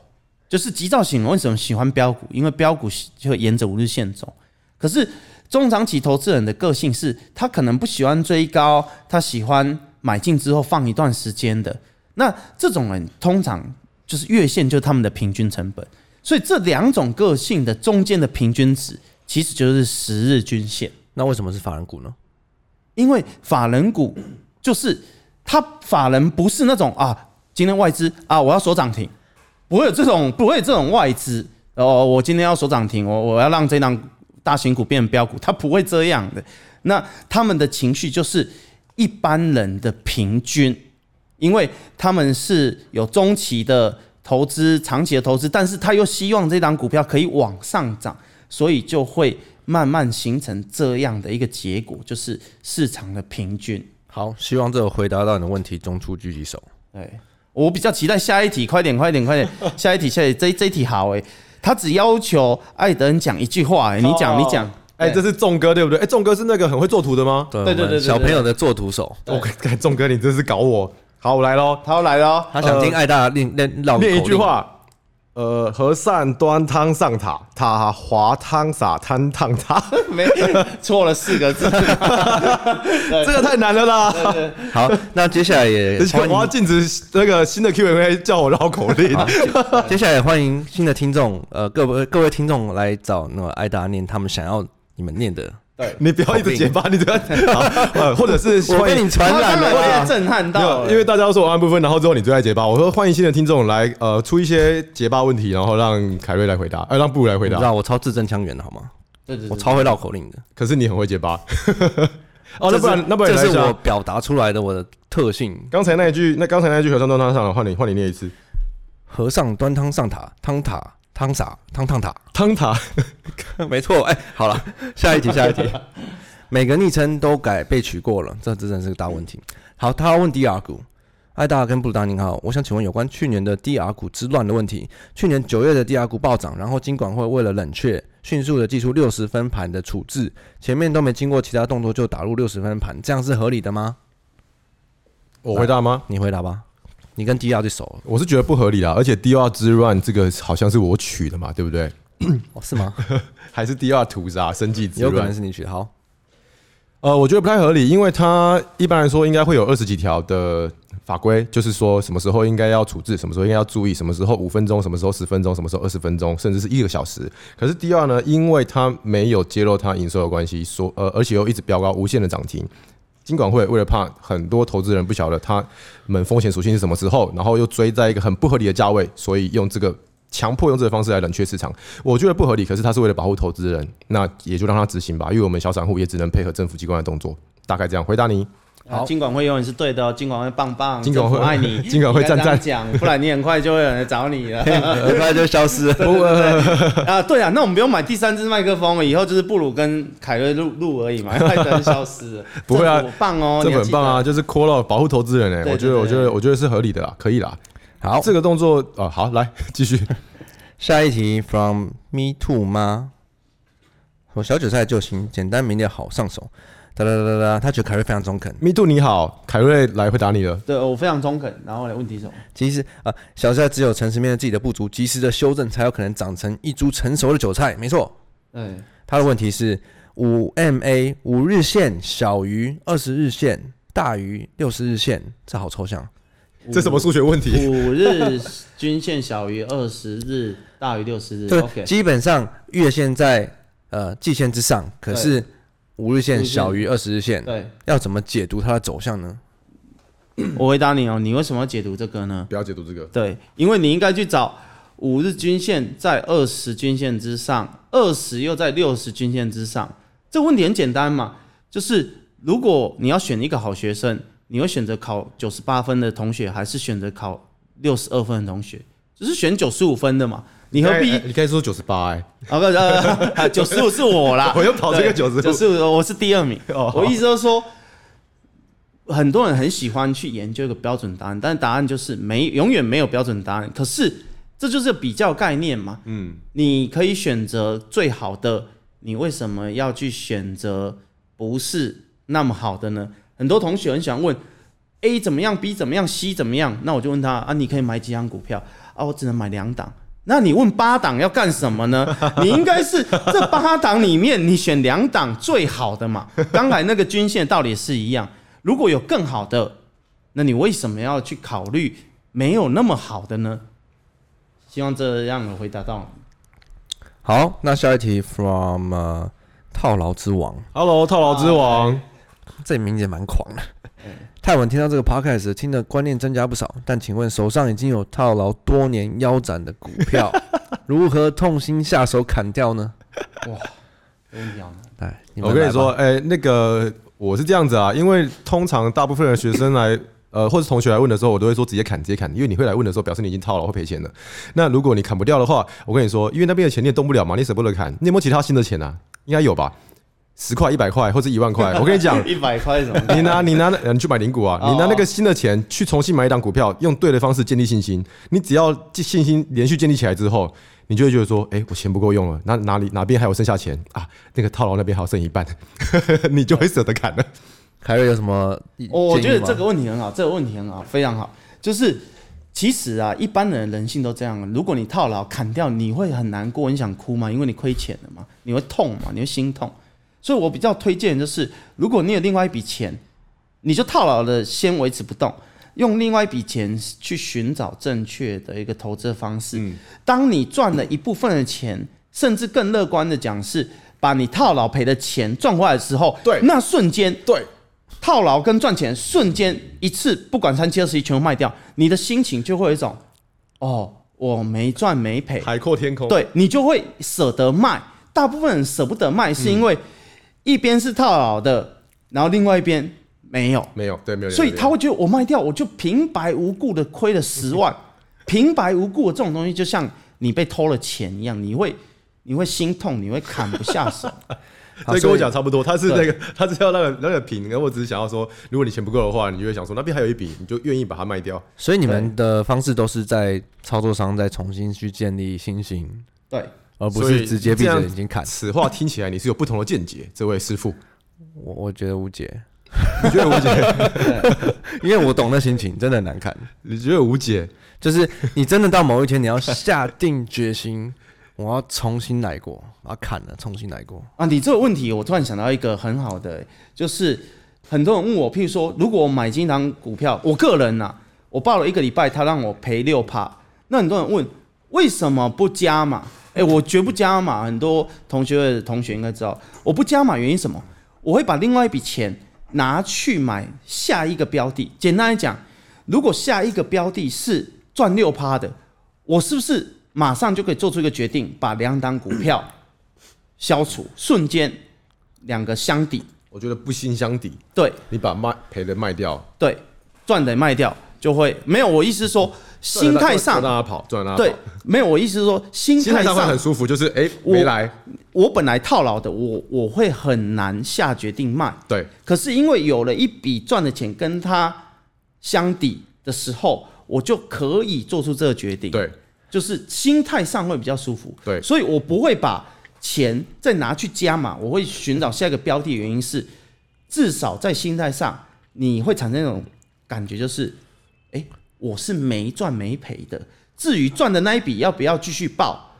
就是急躁型的为什么喜欢标股？因为标股就沿着五日线走。可是中长期投资人的个性是，他可能不喜欢追高，他喜欢买进之后放一段时间的。那这种人通常就是月线就是他们的平均成本，所以这两种个性的中间的平均值其实就是十日均线。那为什么是法人股呢？因为法人股就是他法人不是那种啊，今天外资啊，我要锁涨停，不会有这种不会有这种外资哦，我今天要锁涨停，我我要让这档大型股变成标股，他不会这样的。那他们的情绪就是一般人的平均，因为他们是有中期的投资、长期的投资，但是他又希望这档股票可以往上涨，所以就会慢慢形成这样的一个结果，就是市场的平均。好，希望这有回答到你的问题。中出狙击手，对我比较期待下一题，快点，快点， 快点，下一题，下一题，这这一题好哎、他只要求艾德恩讲一句话哎、你讲，你讲，哎，这是仲哥对不对？哎，仲哥是那个很会做图的吗？对对对我们对对小朋友的做徒手，我看仲哥，你真是搞我。好，我来喽。他要来了 哦，他想听艾大练练绕口念一令句，话，呃，和善端汤上塔，塔滑汤洒摊烫塔，没错了四 个字，这个太难了啦！好，那接下来也而且欢我要迎，禁止那个新的 Q&A 叫我绕口令。接下来也欢迎新的听众，呃，各位各位听众来找那个艾达念他们想要你们念的。你不要一直结巴，你这样，好呃，或者是我欢被迎你传染他了当然被啦。震撼没到有了，因为大家都说我按部分，然后之后你最爱结巴。我说欢迎新的听众来，呃，出一些结巴问题，然后让凯瑞来回答，呃，让布鲁来回你知答。道我超字正腔圆的好吗？对对我对，超会绕口令的。可是你很会结 巴。哦，那不这然是那不然你这来一是我下。表达出来的我的特性。刚才那一句，那刚才那一句和尚端汤上，换你换你念一次。和尚端汤上塔，汤塔汤洒汤烫塔，汤塔， 没错。哎，好了，下一题，下一 题。每个昵称都改被取过了，这真的是个大问题。好，他要问 DR 股，艾达跟布鲁达您好，我想请问有关去年的 DR 股之乱的问题。去年九月的 DR 股暴涨，然后金管会为了冷却，迅速的寄出六十分盘的处置，前面都没经过其他动作就打入六十分盘，这样是合理的吗？我回答吗？你回答吧，你跟 DR 最熟了，我是觉得不合理啦，而且 D R 之乱这个好像是我取的嘛，对不对？哦、是 吗？还是 D R 屠杀生计之有可乱能？是你取的。好，呃，我觉得不太合理，因为它一般来说应该会有二十几条的法规，就是说什么时候应该要处置，什么时候应该要注意，什么时候五分钟，什么时候十分钟，什么时候二十分钟，甚至是一个小时。可是 D R 呢，因为它没有揭露它营收的关系，所呃，而且又一直飙高，无限的涨停。金管会为了怕很多投资人不晓得他们风险属性是什么时候，然后又追在一个很不合理的价位，所以用这个强迫用这个方式来冷却市场，我觉得不合理。可是他是为了保护投资人，那也就让他执行吧，因为我们小散户也只能配合政府机关的动作，大概这样回答你。啊好金管会永远是对的哦，金管会棒棒，金管会政府爱你， 金管会你应该赞赞这样讲，不然你很快就会有人来找你了。很快呃就消 失了。 啊，对啊，那我们不用买第三支麦克风了，以后就是布鲁跟凯瑞录录而已嘛，快等消失了。 不会啊政府棒哦，这你本要很棒啊，记就是 call out 保护投资人哎、对我觉得对对我觉得我觉得是合理的啦，可以啦。好，这个动作啊、呃好，来继续。 下一题，from me too 吗？我小韭菜救星，简单明了，好上手。哒哒哒哒哒，他觉得凯瑞非常中肯。 Me too，你好，凯瑞来回答你了。得。对，哦我非常中肯。然后呢，问题是什么？其实啊、呃小韭菜只有诚实面对自己的不足，及时的修正，才有可能长成一株成熟的韭菜。没错，对，他的问题是五 MA 五日线小于二十日线大于六十日线，这好抽象。这什么数学问题？哎五日均线小于二十日，大于六十日。这 OK，基本上月线在呃季线之上，可是五日线小于二十日线，对，要怎么解读它的走向呢？我回答你哦，你为什么要解读这个呢？不要解读这个。对，因为你应该去找五日均线在二十均线之上，二十又在六十均线之上。这问题很简单嘛，就是如果你要选一个好学生，你会选择考九十八分的同学，还是选择考六十二分的同学？就是选九十五分的嘛，你何必哎哎你可以说九十八哎，，啊不呃 九十五是我啦 我又跑这个95九十五我是第二名。哦我意思就是说，很多人很喜欢去研究一个标准答案，但答案就是没永远没有标准答案。可是这就是比较概念嘛，嗯，你可以选择最好的，你为什么要去选择不是那么好的呢？很多同学很喜欢问 A 怎么样，B 怎么样，C 怎么样，那我就问他啊，你可以买几档股票啊？我只能买两档。那你问八档要干什么呢？ 你应该是这八档里面你选两档最好的嘛。刚才那个均线道理也是一样，如果有更好的，那你为什么要去考虑没有那么好的呢？希望这样有回答到你。好，那下一题 from、呃、套牢之王， Hello，套牢之王，这名字也蛮狂的。泰文听到这个 podcast，听的观念增加不少，但请问手上已经有套牢多年腰斩的股票，如何痛心下手砍掉呢？有问题好吗？哎，们我跟来你吧说，，哎、那个我是这样子啊，因为通常大部分的学生来。呃，或是同学来问的时候，我都会说直接砍，直接砍，因为你会来问的时候，表示你已经套了，会赔钱的。那如果你砍不掉的话，我跟你说，因为那边的钱你也动不了嘛，你舍不得砍。你有没有其他新的钱啊？应该有吧，十块、一百块或者一万块。我跟你讲，一百块是什么？你拿你拿那呃你去买零股啊，哦你拿那个新的钱去重新买一档股票，用对的方式建立信心。你只要信心连续建立起来之后，你就会觉得说，哎、我钱不够用了，那哪里哪边还有剩下钱啊？那个套牢那边还有剩一半， 你就会舍得砍了。凯瑞有什么建议哦吗？哦我我觉得这个问题很好，这个问题很好，非常好。就是其实啊，一般人人性都这样。如果你套牢砍掉，你会很难过，你想哭吗？因为你亏钱了嘛，你会痛嘛，你会心痛。所以我比较推荐就是，如果你有另外一笔钱，你就套牢了，先维持不动，用另外一笔钱去寻找正确的一个投资的方式。嗯当你赚了一部分的钱，甚至更乐观的讲是。把你套牢赔的钱赚回来的时候，对那瞬间对，套牢跟赚钱瞬间一次，不管三七二十一全部卖掉，你的心情就会有一种，哦，我没赚没赔，海阔天空。对你就会舍得卖。大部分人舍不得卖，是因嗯为一边是套牢的，然后另外一边没有，没有，对，没有。所以没有他会觉得我卖掉，我就平白无故的亏了十 万，平白无故的这种东西，就像你被偷了钱一样，你会你会心痛，你会砍不下 手。好这跟所我以讲差不多，他是那对个，他是要那个那个平，然后我只是想要说，如果你钱不够的话，你就会想说那边还有一笔，你就愿意把它卖掉。所以你们的方式都是在操作上再重新去建立信心，对，而不所以是直接闭这着样眼睛砍。此话听起来你是有不同的见解，这位师傅，我我觉得无解，你觉得无解？ 因为我懂那心情，真 的很难看。你觉得无解？就是你真的到某一天，你要下定决心，我要重新来过，我要砍了，重新来过。啊，你这个问题，我突然想到一个很好的、就是很多人问我，譬如说，如果我买金堂股票，我个人呐、我报了一个礼拜，他让我赔六趴，那很多人问为什么不加码？哎、我绝不加码。很多同学的同学应该知道，我不加码原因是什么？我会把另外一笔钱拿去买下一个标的。简单来讲，如果下一个标的是赚六趴的，我是不是马上就可以做出一个决定，把两档股票消除，瞬间两个相抵，我觉得不心相抵，对你把卖赔的卖掉，对，赚的卖掉就会没有。我意思是说，心态上赚得让他跑，赚得让他对跑，没有。我意思是说，心心态态上会上很舒服，就是哎我没来，我本来套牢的，我我会很难下决定卖。对，可是因为有了一笔赚的钱跟它相抵的时候，我就可以做出这个决定。，对，就是心态上会比较舒服。对所以我不会把钱再拿去加码，我会寻找下一个标的。原因是，至少在心态上你会产生那种感觉，就是，哎、我是没赚没赔的。至于赚的那一笔要不要继续报，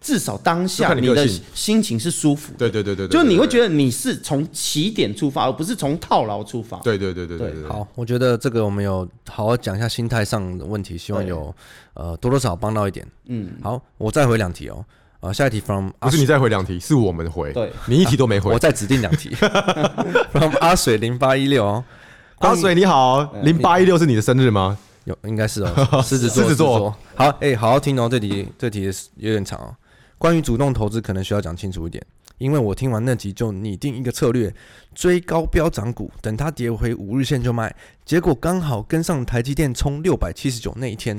至少当就下看你你个的性心情是舒服的。对对对对对，就你会觉得，得你是从起点出发，而不是从套牢出发。对对对对对对对，好，我觉得这个我们有好好讲一下心态上的问题，希望对有呃多多少少帮到一点。嗯，好，我再回两题哦。呃，下一题 from 不阿是你再回两题，是我们回，对，你一题都没回我。再指定两 题 from 阿水零八一六哦，阿水你好，哎零八一六是你的生日吗？有应该是 哦，狮子座，狮子座。好，哎、好好听哦，这题这题是有点长哦。关于主动投资，可能需要讲清楚一点，因为我听完那集就拟定一个策略，追高飙涨股，等它跌回五日线就卖，结果刚好跟上台积电冲六百七十九那一 天，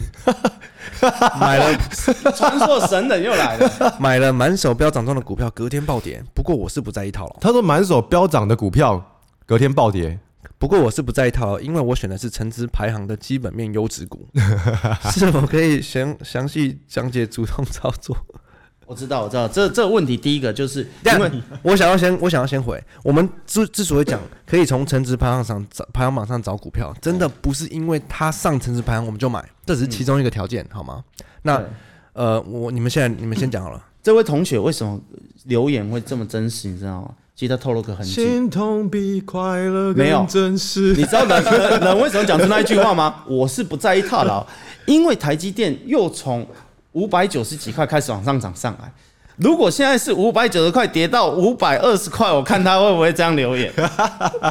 买了传说神人又来了，买了满手飙涨中的股票，隔天暴跌。不过我是不在意套牢，他说满手飙涨的股票，隔天暴跌，不过我是不在意套牢，因为我选的是成资排行的基本面优质 股。是否可以详详细讲解主动操作？我知道，我知道，这这个问题第一个就是因因为为我想要先，我想要先回。我们之之所以讲可以从成值排行上找排行榜上找股票，真的不是因为它上成值排行我们就买，这只是其中一个条件，好吗？那对呃，我你们现在你们先讲好了。这位同学为什么留言会这么真实，你知道吗？其实他透露个痕迹。痛比快乐没有真实你。知道人人人为什么讲出那一句话吗？我是不在意套牢，因为台积电又从五百九十几块开始往上涨上来。如果现在是五百九十块跌到五百二十块，我看他会不会这样留言？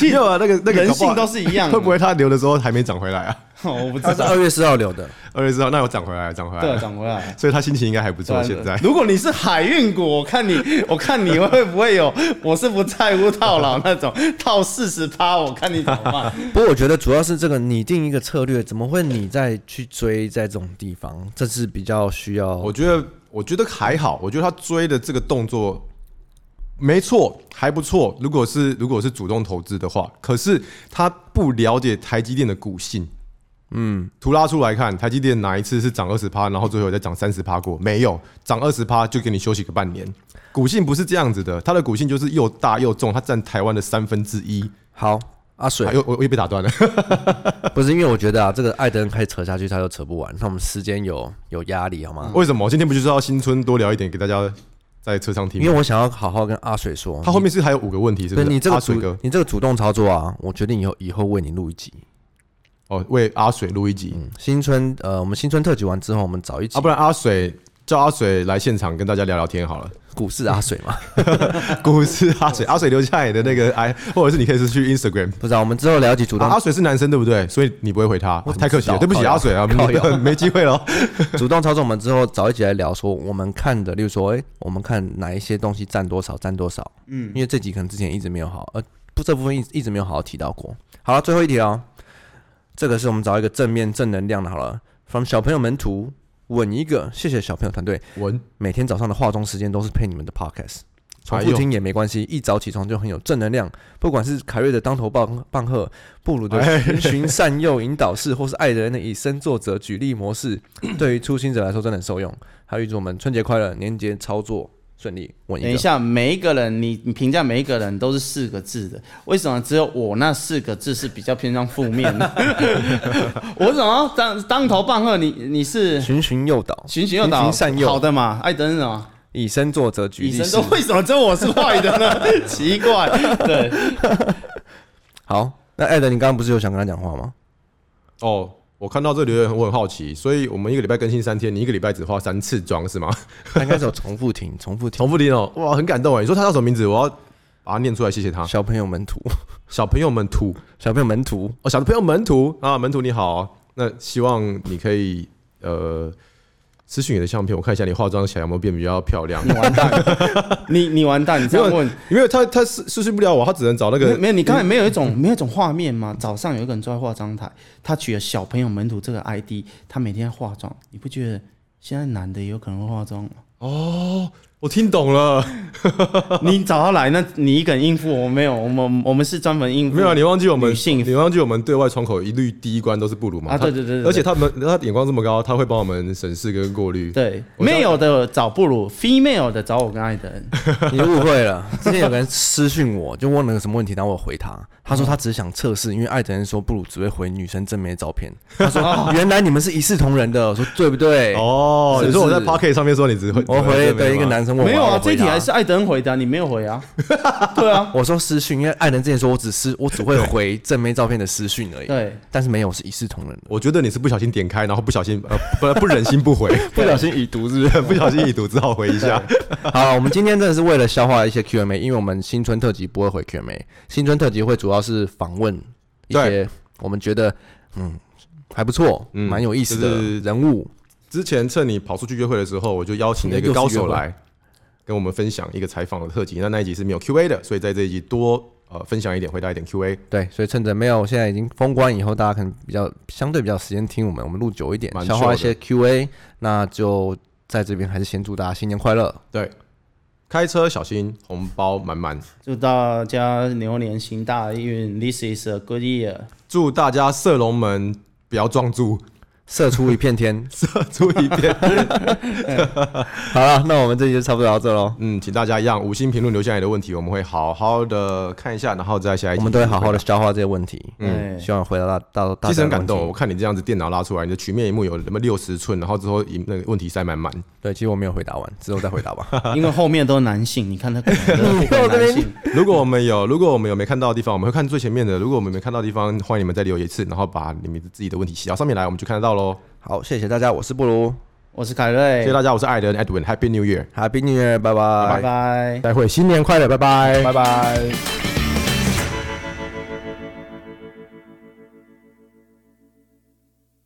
没有啊，那个那个人搞不好性都是一样的会不会他留的时候还没涨回来啊？我不知它是道二，月四号留的，二月知道，那有涨回来，涨回来对，了，涨回来了。所以他心情应该还不错。现在如果你是海运股，我看你，我看你 会不会有，我是不在乎套牢那种，套四十趴，我看你怎么办。不过我觉得主要是这个拟定一个策略，怎么会你再去追在这种地方？这是比较需要我觉得，我觉得还好，我觉得他追的这个动作没错，还不错。如果是如果是主动投资的话，可是他不了解台积电的股性。嗯，图拉出来看，台积电哪一次是涨二十趴，然后最后再涨三十趴过？没有，涨二十趴就给你休息个半年。股性不是这样子的，它的股性就是又大又重，它占台湾的三分之一。好。阿水啊，又我我又被打断了。嗯不是因为我觉得啊，这个艾德恩开始扯下去，他又扯不完，那我们时间有有压力，好吗？ 为什么？今天不就是要新春多聊一点，给大家在车上听因为吗？我想要好好跟阿水说，他后面是还有五个问题，是不对是？你这阿个水哥主，你这个主动操作啊，我决定以后以后为你录一集。哦，为阿水录一集，嗯，新春呃，我们新春特辑完之后，我们找一集啊，不然阿水叫阿水来现场跟大家聊聊天好了。 股市阿水嘛，股市阿水，阿水留下你的那个 i，或者是你可以是去 Instagram。 不知道我们之后聊一集主啊动、阿水是男生对不对？所以你不会回他，我怎么太客气知道了，对不起靠腰阿水啊，靠腰没 没机会了。主动操作，我们之后找一集来聊说我们看的，例如说，哎、我们看哪一些东西占多少，占多少。嗯，因为这集可能之前一直没有好，呃，不这部分一直一直没有好好提到过。好了，最后一题哦，这个是我们找一个正面正能量的，好了，from 小朋友门徒稳一个，谢谢小朋友团队，文每天早上的化妆时间都是配你们的 podcast，重哎复呦听也没关系，一早起床就很有正能量。不管是凯瑞的当头棒棒喝，布鲁的循循善诱引导式，或是爱的人的以身作则举例模式，对于初心者来说真的很受用。还有预祝我们春节快乐，年节操作顺利，稳等一一个。下，每一个人，你你评价每一个人都是四个字的，为什么只有我那四个字是比较偏向负 面的？我怎么当当头棒喝你？你是循循诱导，循循诱循导循善诱好的嘛？艾登是什么？以身作则举医例生式说。为什么只有我是坏 的呢？奇怪，对，好，那艾德，你刚刚不是有想跟他讲话吗？哦，我看到这留言，我很好奇，所以我们一个礼拜更新三天，你一个礼拜只化三次妆是吗？他应该是有重复听，重复听。重复听哦，哇，很感动哎。你说他叫什么名字？我要把它念出来，谢谢他。小朋友门徒，小朋友们土小朋友门徒，哦，小朋友门徒啊，门徒你好，那希望你可以呃私讯你的相片，我看一下你化妆起来有没有变比较漂亮你。完蛋，你你完蛋，你这样问，因为他他私私讯不了我，他只能找那没个没有，你刚才没有一种没有一种画面吗？早上有一个人坐在化妆台，他取了小朋友门徒这个 ID，他每天化妆，你不觉得现在男的也有可能会化妆吗？哦，我听懂了， 你找他来，那你一个人应付我没有？我们我们是专门应付没有啊，你忘记我们女性你忘记我们对外窗口一律第一关都是布鲁嘛？啊？他对对对，对而且他们他眼光这么高，他会帮我们审视跟过滤。对我知道 male 的找布鲁，female 的找我跟艾德恩。 你误会了。之前有个人私讯我，就问了个什么问题，然后我回他，他嗯说他只是想测试，因为艾德恩说布鲁只会回女生正面的照片。他哦说 原来你们是一视同仁的，我说对不对？哦，是你说我在是 Pocket 上面说你只会，呃我回的一个男生问我，没有啊，我这回题他还是艾德恩回答，你没有回啊？ 对啊，我说私讯，因为艾伦之前说我只是我只会回正妹照片的私讯而已，对，但是没有是一视同仁的。我觉得你是不小心点开，然后不小心呃不不忍心不回，不小心已读是不 是？不小心已读，只好回一下。好了，我们今天真的是为了消化一些 Q&A，因为我们新春特辑不会回 Q&A，新春特辑会主要是访问一些我们觉得嗯还不错、嗯蛮有意思就的是人物。之前趁你跑出去约会的时候，我就邀请了一个高手来跟我们分享一个采访的特辑。那那一集是没有 Q&A 的，所以在这一集多呃分享一点，回答一点 Q&A，对，所以趁着没有现在已经封关以后，大家可能比较相对比较有时间听我们，我们录久一点，蛮消化一秀些的 Q&A。那就在这边还是先祝大家新年快乐。开车小心，红包满满。祝大家牛年行大运，This is a good year。祝大家射龙门不要撞 住，射出一片天。 射出一片。好了，那我们这集就差不多到这喽。嗯，请大家一样五星评论留下你的问题，我们会好好的看一下，然后再下一集我们都会好好的。消化这些问题，嗯，希望回答到到大其实家的很感问题动，我。看你这样子电脑拉出来，你的曲面屏幕有那么六十寸，然后之后一那个问题塞满满。对，其实我没有回答完，之后再回答吧。因为后面都是男性，你看他可 能我都这是男边性。如果我们有，如果我们有没看到的地方，我们会看最前面的。如果我们没看到的地方，欢迎你们再留言一次，然后把你们自己的问题写到上面来，我们就看得到喽。好，谢谢大家，我是布鲁我是凯瑞，谢谢大家，我是艾德 Edwin，Happy New Year， ，Happy New Year，拜拜，拜拜。待会新年快乐，拜拜，拜拜拜。拜。